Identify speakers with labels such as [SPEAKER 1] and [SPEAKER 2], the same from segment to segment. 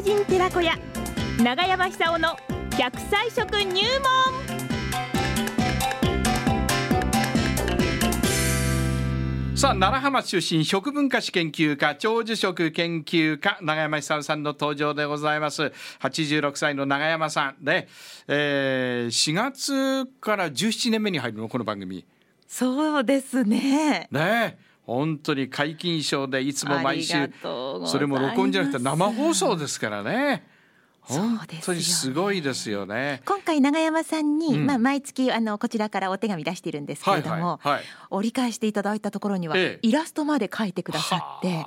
[SPEAKER 1] 人寺子屋長山久夫の100歳食入門
[SPEAKER 2] さあ奈良浜出身食文化史研究家長寿食研究家永山久夫さんの登場でございます86歳の永山さんで、えー4月から17年目に入るのこの番組
[SPEAKER 1] そうですね
[SPEAKER 2] ねえ本当に皆勤賞でいつも毎
[SPEAKER 1] あ
[SPEAKER 2] 週
[SPEAKER 1] りがとうございます
[SPEAKER 2] それも録音じゃなくて生放送ですからね本
[SPEAKER 1] そうですよね
[SPEAKER 2] 当にすごいですよね
[SPEAKER 3] 今回永山さん
[SPEAKER 2] う
[SPEAKER 3] に、
[SPEAKER 2] ん
[SPEAKER 3] まあ毎月あのこちらからお手紙出しているんですけれど
[SPEAKER 2] は
[SPEAKER 3] も、
[SPEAKER 2] いはいはい
[SPEAKER 3] 折り返していただいたところには、
[SPEAKER 2] ええ
[SPEAKER 3] イラストまで書いてくださって。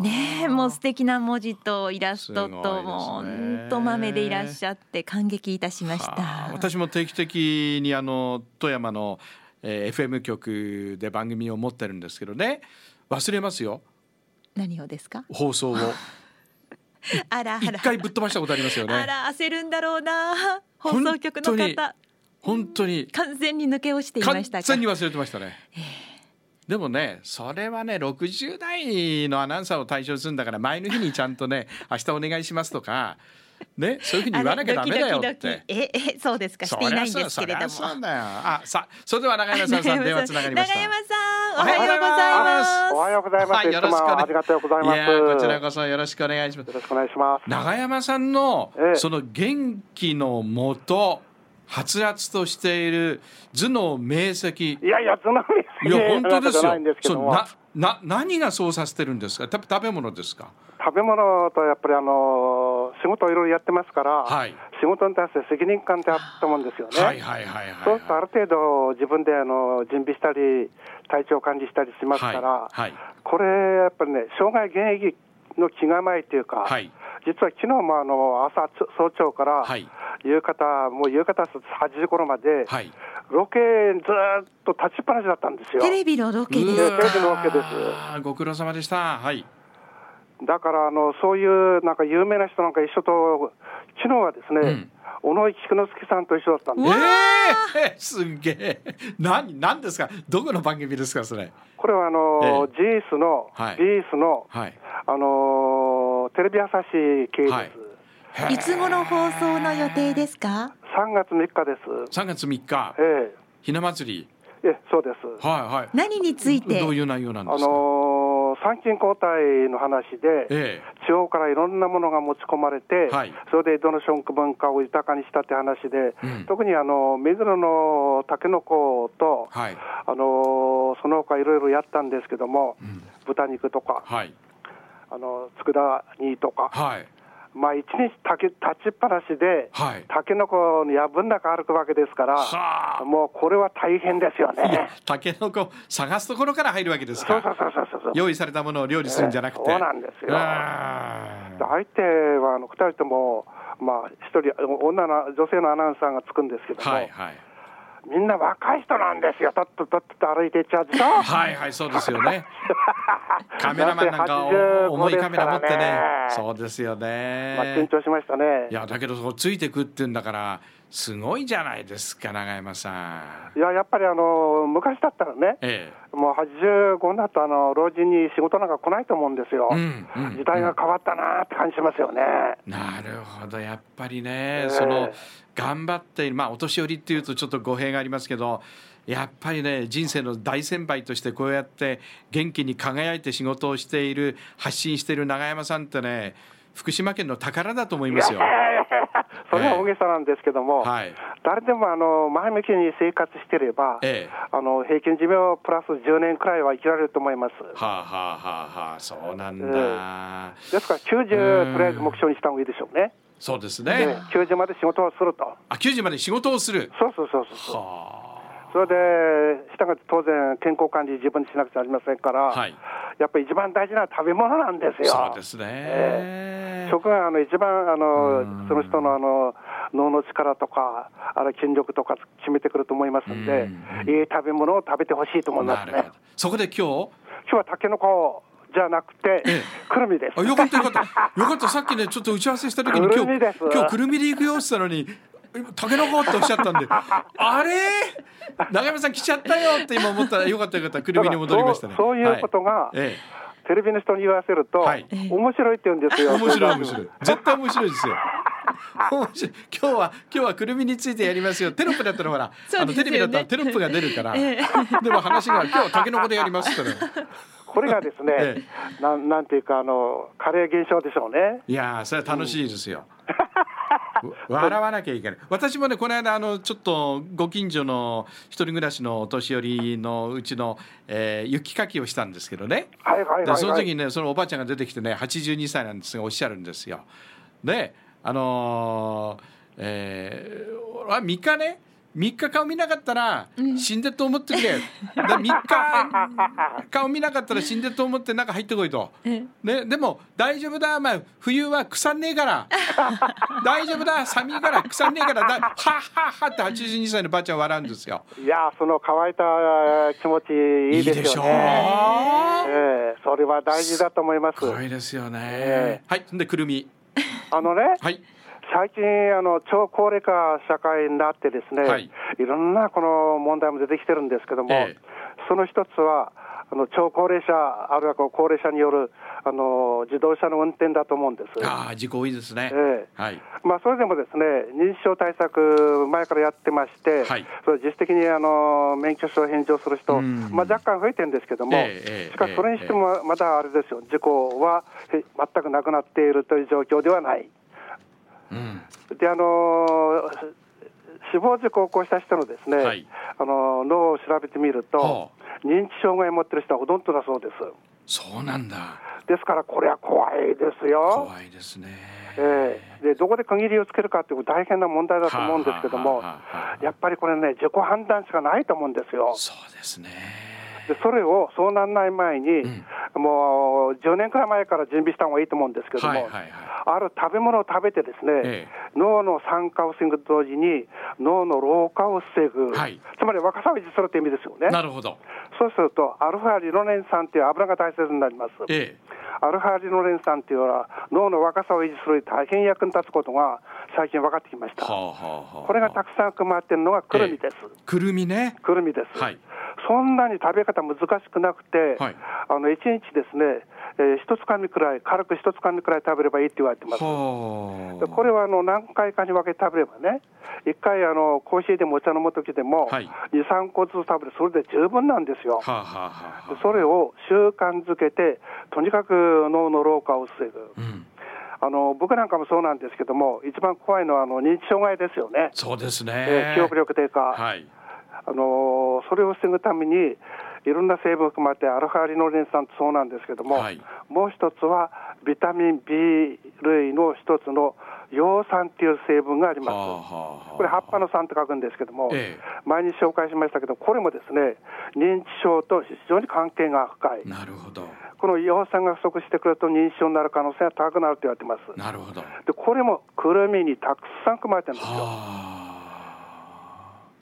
[SPEAKER 3] ねえもう素敵な文字とイラス
[SPEAKER 2] す
[SPEAKER 3] トと
[SPEAKER 2] ごいですね
[SPEAKER 3] もう本当豆でいらっしゃって感激いたしまし
[SPEAKER 2] あ
[SPEAKER 3] た
[SPEAKER 2] ー。私も定期的にあの富山の、えー FM 局で番組を持ってるんですけどね忘れますよ
[SPEAKER 3] 何をですか？
[SPEAKER 2] 放送を
[SPEAKER 3] あらあ
[SPEAKER 2] 一
[SPEAKER 3] ら、
[SPEAKER 2] 回ぶっ飛ばしたことありますよ
[SPEAKER 3] あ
[SPEAKER 2] ね
[SPEAKER 3] ら焦るんだろうな。放送局の
[SPEAKER 2] 本当に
[SPEAKER 3] 方
[SPEAKER 2] 本当に
[SPEAKER 3] 完全に抜け落ちていま
[SPEAKER 2] 完
[SPEAKER 3] したか。
[SPEAKER 2] 全に忘れてましたね、でもねそれはね60代のアナウンサーを対象にするんだから前の日にちゃんと ね明日お願いしますとかねそういうふうに言わなきゃダメだよ
[SPEAKER 3] あ
[SPEAKER 2] っ
[SPEAKER 3] れドキドキ
[SPEAKER 2] て。
[SPEAKER 3] ドキええそうですか。し
[SPEAKER 2] そ
[SPEAKER 3] て
[SPEAKER 2] り
[SPEAKER 3] い
[SPEAKER 2] ゃ
[SPEAKER 3] ないん
[SPEAKER 2] そう
[SPEAKER 3] ですけれど
[SPEAKER 2] そりゃそう
[SPEAKER 3] も。
[SPEAKER 2] だよあさそれでは中山さん さん電話つながりました
[SPEAKER 3] 長山さん、おはようございます。
[SPEAKER 4] おはようございます。
[SPEAKER 2] はい
[SPEAKER 4] いつもありがとうございます。
[SPEAKER 2] やーこちらこそよろしくお願いします
[SPEAKER 4] よ。ろしくお願いします。
[SPEAKER 2] 長山さんの、
[SPEAKER 4] ええ
[SPEAKER 2] その元気のもと、はつらつとしている頭脳明晰。
[SPEAKER 4] いやいや、津波
[SPEAKER 2] いや、本当ですよ
[SPEAKER 4] ないんです。け
[SPEAKER 2] そ
[SPEAKER 4] ど
[SPEAKER 2] う
[SPEAKER 4] も、
[SPEAKER 2] な、な、何がそうさせてるんですか。た食べ物ですか。
[SPEAKER 4] 食べ物とやっぱりあのー仕事をいろいろやってますから、
[SPEAKER 2] はい
[SPEAKER 4] 仕事に対する責任感ってあったもんですよね。
[SPEAKER 2] はいはいはいはいはい。
[SPEAKER 4] そうするとある程度自分であの準備したり体調管理したりしますから、
[SPEAKER 2] はいはい
[SPEAKER 4] これやっぱりね障害現役の気構えというか、
[SPEAKER 2] はい
[SPEAKER 4] 実は昨日もあの朝ちょ早朝から
[SPEAKER 2] はい
[SPEAKER 4] 夕方、もう夕方8時頃まで、
[SPEAKER 2] はい。
[SPEAKER 4] ロケずーっと立ちっぱなしだったんですよ。
[SPEAKER 3] テレビのロケで
[SPEAKER 4] う
[SPEAKER 3] す
[SPEAKER 4] わテレビのわけです
[SPEAKER 2] あーご苦労様でした。はい。
[SPEAKER 4] だからあのそういうなんか有名な人なんか一緒と昨日はですね、尾上菊之助さんと一緒だったん
[SPEAKER 2] え
[SPEAKER 4] で
[SPEAKER 2] えー、すげえ。何、何ですか。どこの番組ですか、それ。
[SPEAKER 4] これはあの、
[SPEAKER 2] え
[SPEAKER 4] GS の、
[SPEAKER 2] はい
[SPEAKER 4] GS の、
[SPEAKER 2] はい。
[SPEAKER 4] あのーテレビ朝日系列、
[SPEAKER 2] はい
[SPEAKER 3] いつ頃放送の予定ですか？
[SPEAKER 4] 3月3日です。
[SPEAKER 2] 3月3日、
[SPEAKER 4] え
[SPEAKER 2] ひな祭り。
[SPEAKER 4] ええそうです。
[SPEAKER 2] はいはい。
[SPEAKER 3] 何について
[SPEAKER 2] どういう内容なんで
[SPEAKER 4] あ
[SPEAKER 2] すか。
[SPEAKER 4] のー参勤交代の話で、
[SPEAKER 2] え
[SPEAKER 4] 地方からいろんなものが持ち込まれて、
[SPEAKER 2] はい
[SPEAKER 4] それで江戸の食文化を豊かにしたって話で、
[SPEAKER 2] うん
[SPEAKER 4] 特にあの目黒のタケノコと、
[SPEAKER 2] えはい
[SPEAKER 4] あのーその他いろいろやったんですけども、豚肉とか、
[SPEAKER 2] はい
[SPEAKER 4] あの佃煮とか、
[SPEAKER 2] はい
[SPEAKER 4] まあ、一日たけ立ちっぱなしで、
[SPEAKER 2] はい。
[SPEAKER 4] タケノコの藪の中歩くわけですから、
[SPEAKER 2] はあ。
[SPEAKER 4] もうこれは大変ですよ
[SPEAKER 2] いや
[SPEAKER 4] ね。
[SPEAKER 2] タケノコ探すところから入るわけです
[SPEAKER 4] そうそう
[SPEAKER 2] か。
[SPEAKER 4] そうそうそう。
[SPEAKER 2] 用意されたものを料理するんじゃなくて。
[SPEAKER 4] そうなんですよ
[SPEAKER 2] あー
[SPEAKER 4] 相手はあの2人とも、まあ、1人、女の女性のアナウンサーがつくんですけども、
[SPEAKER 2] はいはい
[SPEAKER 4] みんな若い人なんですよ、たっとたっと歩いていっちゃうでしょ。
[SPEAKER 2] はいはいそうですよ ね。カメラマンなんかお重いカメラ持ってね。そうですよ
[SPEAKER 4] まあ、緊
[SPEAKER 2] ね。
[SPEAKER 4] 張しましたね。
[SPEAKER 2] いやだけどそうついてくってんだからすごいじゃないですか永山さん。
[SPEAKER 4] いや、やっぱりあの昔だったらね、
[SPEAKER 2] え
[SPEAKER 4] もう85になったあの老人に仕事なんか来ないと思うんですよ、
[SPEAKER 2] うんうん
[SPEAKER 4] 時代が変わったなって感じしますよね。
[SPEAKER 2] え。なるほどやっぱりね、
[SPEAKER 4] ええ
[SPEAKER 2] その頑張っているまあお年寄りっていうとちょっと語弊がありますけどやっぱりね人生の大先輩としてこうやって元気に輝いて仕事をしている発信している永山さんってね福島県の宝だと思いますよ。
[SPEAKER 4] それは大げさなんですけども、
[SPEAKER 2] はい
[SPEAKER 4] 誰でもあの前向きに生活してれば、
[SPEAKER 2] ええ
[SPEAKER 4] あの平均寿命プラス10年くらいは生きられると思います。
[SPEAKER 2] はあ、はあはあはあ、そうなんだ。
[SPEAKER 4] ですから90とりあえず目標にした方がいいでしょうね。
[SPEAKER 2] そうです
[SPEAKER 4] え
[SPEAKER 2] ね。
[SPEAKER 4] え90まで仕事をすると。
[SPEAKER 2] あ、九時まで仕事をする。
[SPEAKER 4] そうそうそうそう。
[SPEAKER 2] は
[SPEAKER 4] それで、したがって当然健康管理自分でしなくちゃありませんから、
[SPEAKER 2] はい
[SPEAKER 4] やっぱり一番大事なのは食べ物なんです
[SPEAKER 2] あ、
[SPEAKER 4] よ。
[SPEAKER 2] そうですね。
[SPEAKER 4] 食があの一番あのその人のあの脳の力とか、あの筋力とか決めてくると思いますんで、いい食べ物を食べてほしいと思いま
[SPEAKER 2] な
[SPEAKER 4] す
[SPEAKER 2] るほ
[SPEAKER 4] ね
[SPEAKER 2] ど。。そこで今日。
[SPEAKER 4] 今日はタケノコじゃなくて、くるみです。
[SPEAKER 2] あよかったよかったよかったさっきねちょっと打ち合わせした時に
[SPEAKER 4] く
[SPEAKER 2] 今
[SPEAKER 4] る
[SPEAKER 2] 日
[SPEAKER 4] みです
[SPEAKER 2] 今日くるみで行くよって言ったのにタケノコっておっしゃったんであれ長山さん来ちゃったよって今思ったらよかったよかったくるみに戻りましたね
[SPEAKER 4] そうそういうことが
[SPEAKER 2] はいえ
[SPEAKER 4] テレビの人に言わせると、
[SPEAKER 2] はい
[SPEAKER 4] 面白いって言うんですよ。
[SPEAKER 2] 面白い面白い絶対面白いですよ面白い今日は今日はくるみについてやりますよテロップだったらほら、
[SPEAKER 3] そ
[SPEAKER 2] あ
[SPEAKER 3] う
[SPEAKER 2] の
[SPEAKER 3] です
[SPEAKER 2] テ
[SPEAKER 3] よね
[SPEAKER 2] レビだったらテロップが出るから、
[SPEAKER 3] え
[SPEAKER 2] でも話が今日たけのこでやりますってね
[SPEAKER 4] これがですね、
[SPEAKER 2] え
[SPEAKER 4] なんなんていうかあのカレー現象でしょうね。
[SPEAKER 2] いやーそれは楽しいですよ、わ笑わなきゃいけない私もねこの間あのちょっとご近所の一人暮らしのお年寄りのうちの、えー雪かきをしたんですけどね、
[SPEAKER 4] はいはいはい、
[SPEAKER 2] で
[SPEAKER 4] はい。
[SPEAKER 2] その時にねそのおばあちゃんが出てきてね82歳なんですがおっしゃるんですよ。であのーえー俺は3日ね3日顔見なかったら死んでると思ってくれ、で3日顔見なかったら死んでると思って中入ってこいと、
[SPEAKER 3] え
[SPEAKER 2] ね、でも大丈夫だ、まあ、冬は腐んねえから 大丈夫だ寒いから腐んねえからだはっはっはって82歳のばあちゃんは笑うんですよ。
[SPEAKER 4] いやーその乾いた気持ちいいですよね。
[SPEAKER 2] ょ
[SPEAKER 4] ええそれは大事だと思います。
[SPEAKER 2] すごいですよね。
[SPEAKER 4] え
[SPEAKER 2] はい、でくるみ。
[SPEAKER 4] あのね、
[SPEAKER 2] はい。
[SPEAKER 4] 最近あの超高齢化社会になってですね、
[SPEAKER 2] はい
[SPEAKER 4] い、ろんなこの問題も出てきてるんですけども、
[SPEAKER 2] ええ
[SPEAKER 4] その一つはあの超高齢者あるいはこう高齢者によるあの自動車の運転だと思うんです。
[SPEAKER 2] ああ、事故多いですね。
[SPEAKER 4] ええ
[SPEAKER 2] はい。
[SPEAKER 4] まあ、それでもですね認知症対策、前からやってまして、
[SPEAKER 2] はい
[SPEAKER 4] それ自主的にあの免許証を返上する人、
[SPEAKER 2] うん
[SPEAKER 4] まあ、若干増えてるんですけども、
[SPEAKER 2] ええええ
[SPEAKER 4] しかしそれにしてもまだあれですよ、事故はえ全くなくなっているという状況ではない。
[SPEAKER 2] うん。
[SPEAKER 4] であのー死亡事故を起こした人のですね、
[SPEAKER 2] はい
[SPEAKER 4] あのー脳を調べてみると、
[SPEAKER 2] は
[SPEAKER 4] 認知障害を持ってる人はほとんどだそうです。
[SPEAKER 2] そうなんだ。
[SPEAKER 4] ですから、これは怖いですよ。
[SPEAKER 2] 怖いですね。
[SPEAKER 4] ええでどこで区切りをつけるかっていう大変な問題だと思うんですけども
[SPEAKER 2] はあはあはあはあ、
[SPEAKER 4] やっぱりこれね、自己判断しかないと思うんですよ。
[SPEAKER 2] そうですね。
[SPEAKER 4] でそれをそうならない前に、もう10年くらい前から準備した方がいいと思うんですけども、
[SPEAKER 2] はいはいは
[SPEAKER 4] ある食べ物を食べてです
[SPEAKER 2] え
[SPEAKER 4] ね、
[SPEAKER 2] え
[SPEAKER 4] 脳の酸化を防ぐと同時に脳の老化を防ぐ、
[SPEAKER 2] はい
[SPEAKER 4] つまり若さを維持するという意味ですよね
[SPEAKER 2] なるほど。
[SPEAKER 4] そうするとアルファリノレン酸という油が大切になります
[SPEAKER 2] え
[SPEAKER 4] アルファリノレン酸というのは脳の若さを維持するのに大変役に立つことが最近分かってきまし
[SPEAKER 2] え。は
[SPEAKER 4] た
[SPEAKER 2] あ、はあはあ。
[SPEAKER 4] これがたくさん含まれているのがくるみです、
[SPEAKER 2] くるみね。
[SPEAKER 4] くるみです、
[SPEAKER 2] はい
[SPEAKER 4] そんなに食べ方難しくなくて、
[SPEAKER 2] はい
[SPEAKER 4] あの1日ですね、えー、一つかみくらい、軽く一つかみくらい食べればいいって言われてます。
[SPEAKER 2] は
[SPEAKER 4] で
[SPEAKER 2] あ。
[SPEAKER 4] これはあの何回かに分けて食べればね、一回あのコーヒーでもお茶飲むときでも、
[SPEAKER 2] はい
[SPEAKER 4] 2、3個ずつ食べる、それで十分なんですよ。
[SPEAKER 2] はあ、はあは
[SPEAKER 4] で
[SPEAKER 2] あは
[SPEAKER 4] それを習慣づけて、とにかく脳の老化を防ぐ。
[SPEAKER 2] あ。うん。
[SPEAKER 4] あの僕なんかもそうなんですけども、一番怖いのはあの認知障害ですよね、
[SPEAKER 2] そうです
[SPEAKER 4] え
[SPEAKER 2] ね
[SPEAKER 4] ー。記憶力低下。
[SPEAKER 2] はい。
[SPEAKER 4] あのーそれを防ぐために、いろんな成分を含まれて、アルファリノレン酸ってそうなんですけども、
[SPEAKER 2] はい
[SPEAKER 4] もう一つはビタミン B 類の一つの葉酸っていう成分があり
[SPEAKER 2] はあは
[SPEAKER 4] ま
[SPEAKER 2] あはあ。
[SPEAKER 4] す。これ、葉っぱの酸って書くんですけども、
[SPEAKER 2] ええ
[SPEAKER 4] 前に紹介しましたけど、これもですね、認知症と非常に関係が深い。
[SPEAKER 2] なるほど。
[SPEAKER 4] この葉酸が不足してくると認知症になる可能性が高くなると言われてます。
[SPEAKER 2] なるほど。は
[SPEAKER 4] でこれもくるみにたくさん含まれてるんですよ。
[SPEAKER 2] あ。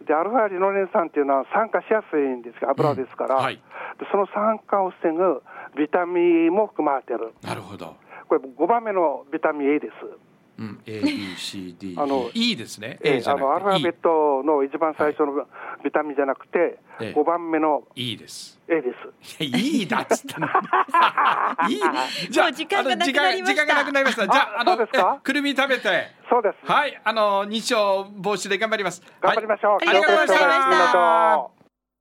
[SPEAKER 4] でアルファリノレン酸っていうのは酸化しやすいんですよ油ですから、
[SPEAKER 2] うんはい
[SPEAKER 4] でその酸化を防ぐビタミンも含まれてる
[SPEAKER 2] なるほど。
[SPEAKER 4] これ5番目のビタミン A です
[SPEAKER 2] うん。A B C D
[SPEAKER 4] あの
[SPEAKER 2] E ですね。
[SPEAKER 4] え
[SPEAKER 2] A
[SPEAKER 4] え
[SPEAKER 2] じゃ
[SPEAKER 4] あの
[SPEAKER 2] な
[SPEAKER 4] アルファ
[SPEAKER 2] く
[SPEAKER 4] ベ
[SPEAKER 2] て
[SPEAKER 4] ットの一番最初のビタミンじゃなくて、
[SPEAKER 2] ええ
[SPEAKER 4] 5番目の
[SPEAKER 2] E。E です。
[SPEAKER 4] A です
[SPEAKER 2] いやいいだっつったの。 いい。じ
[SPEAKER 3] もう時間がなくなりました
[SPEAKER 2] あの時間時間がなくなりました。じゃあ、あ
[SPEAKER 4] あ
[SPEAKER 2] の
[SPEAKER 4] そうですか
[SPEAKER 2] えくるみ食べて。
[SPEAKER 4] そうです、
[SPEAKER 2] はい、あの二章防止で頑張ります。
[SPEAKER 4] 頑張りましょう、
[SPEAKER 2] はい
[SPEAKER 3] ありがとうございました
[SPEAKER 2] ありがとうございました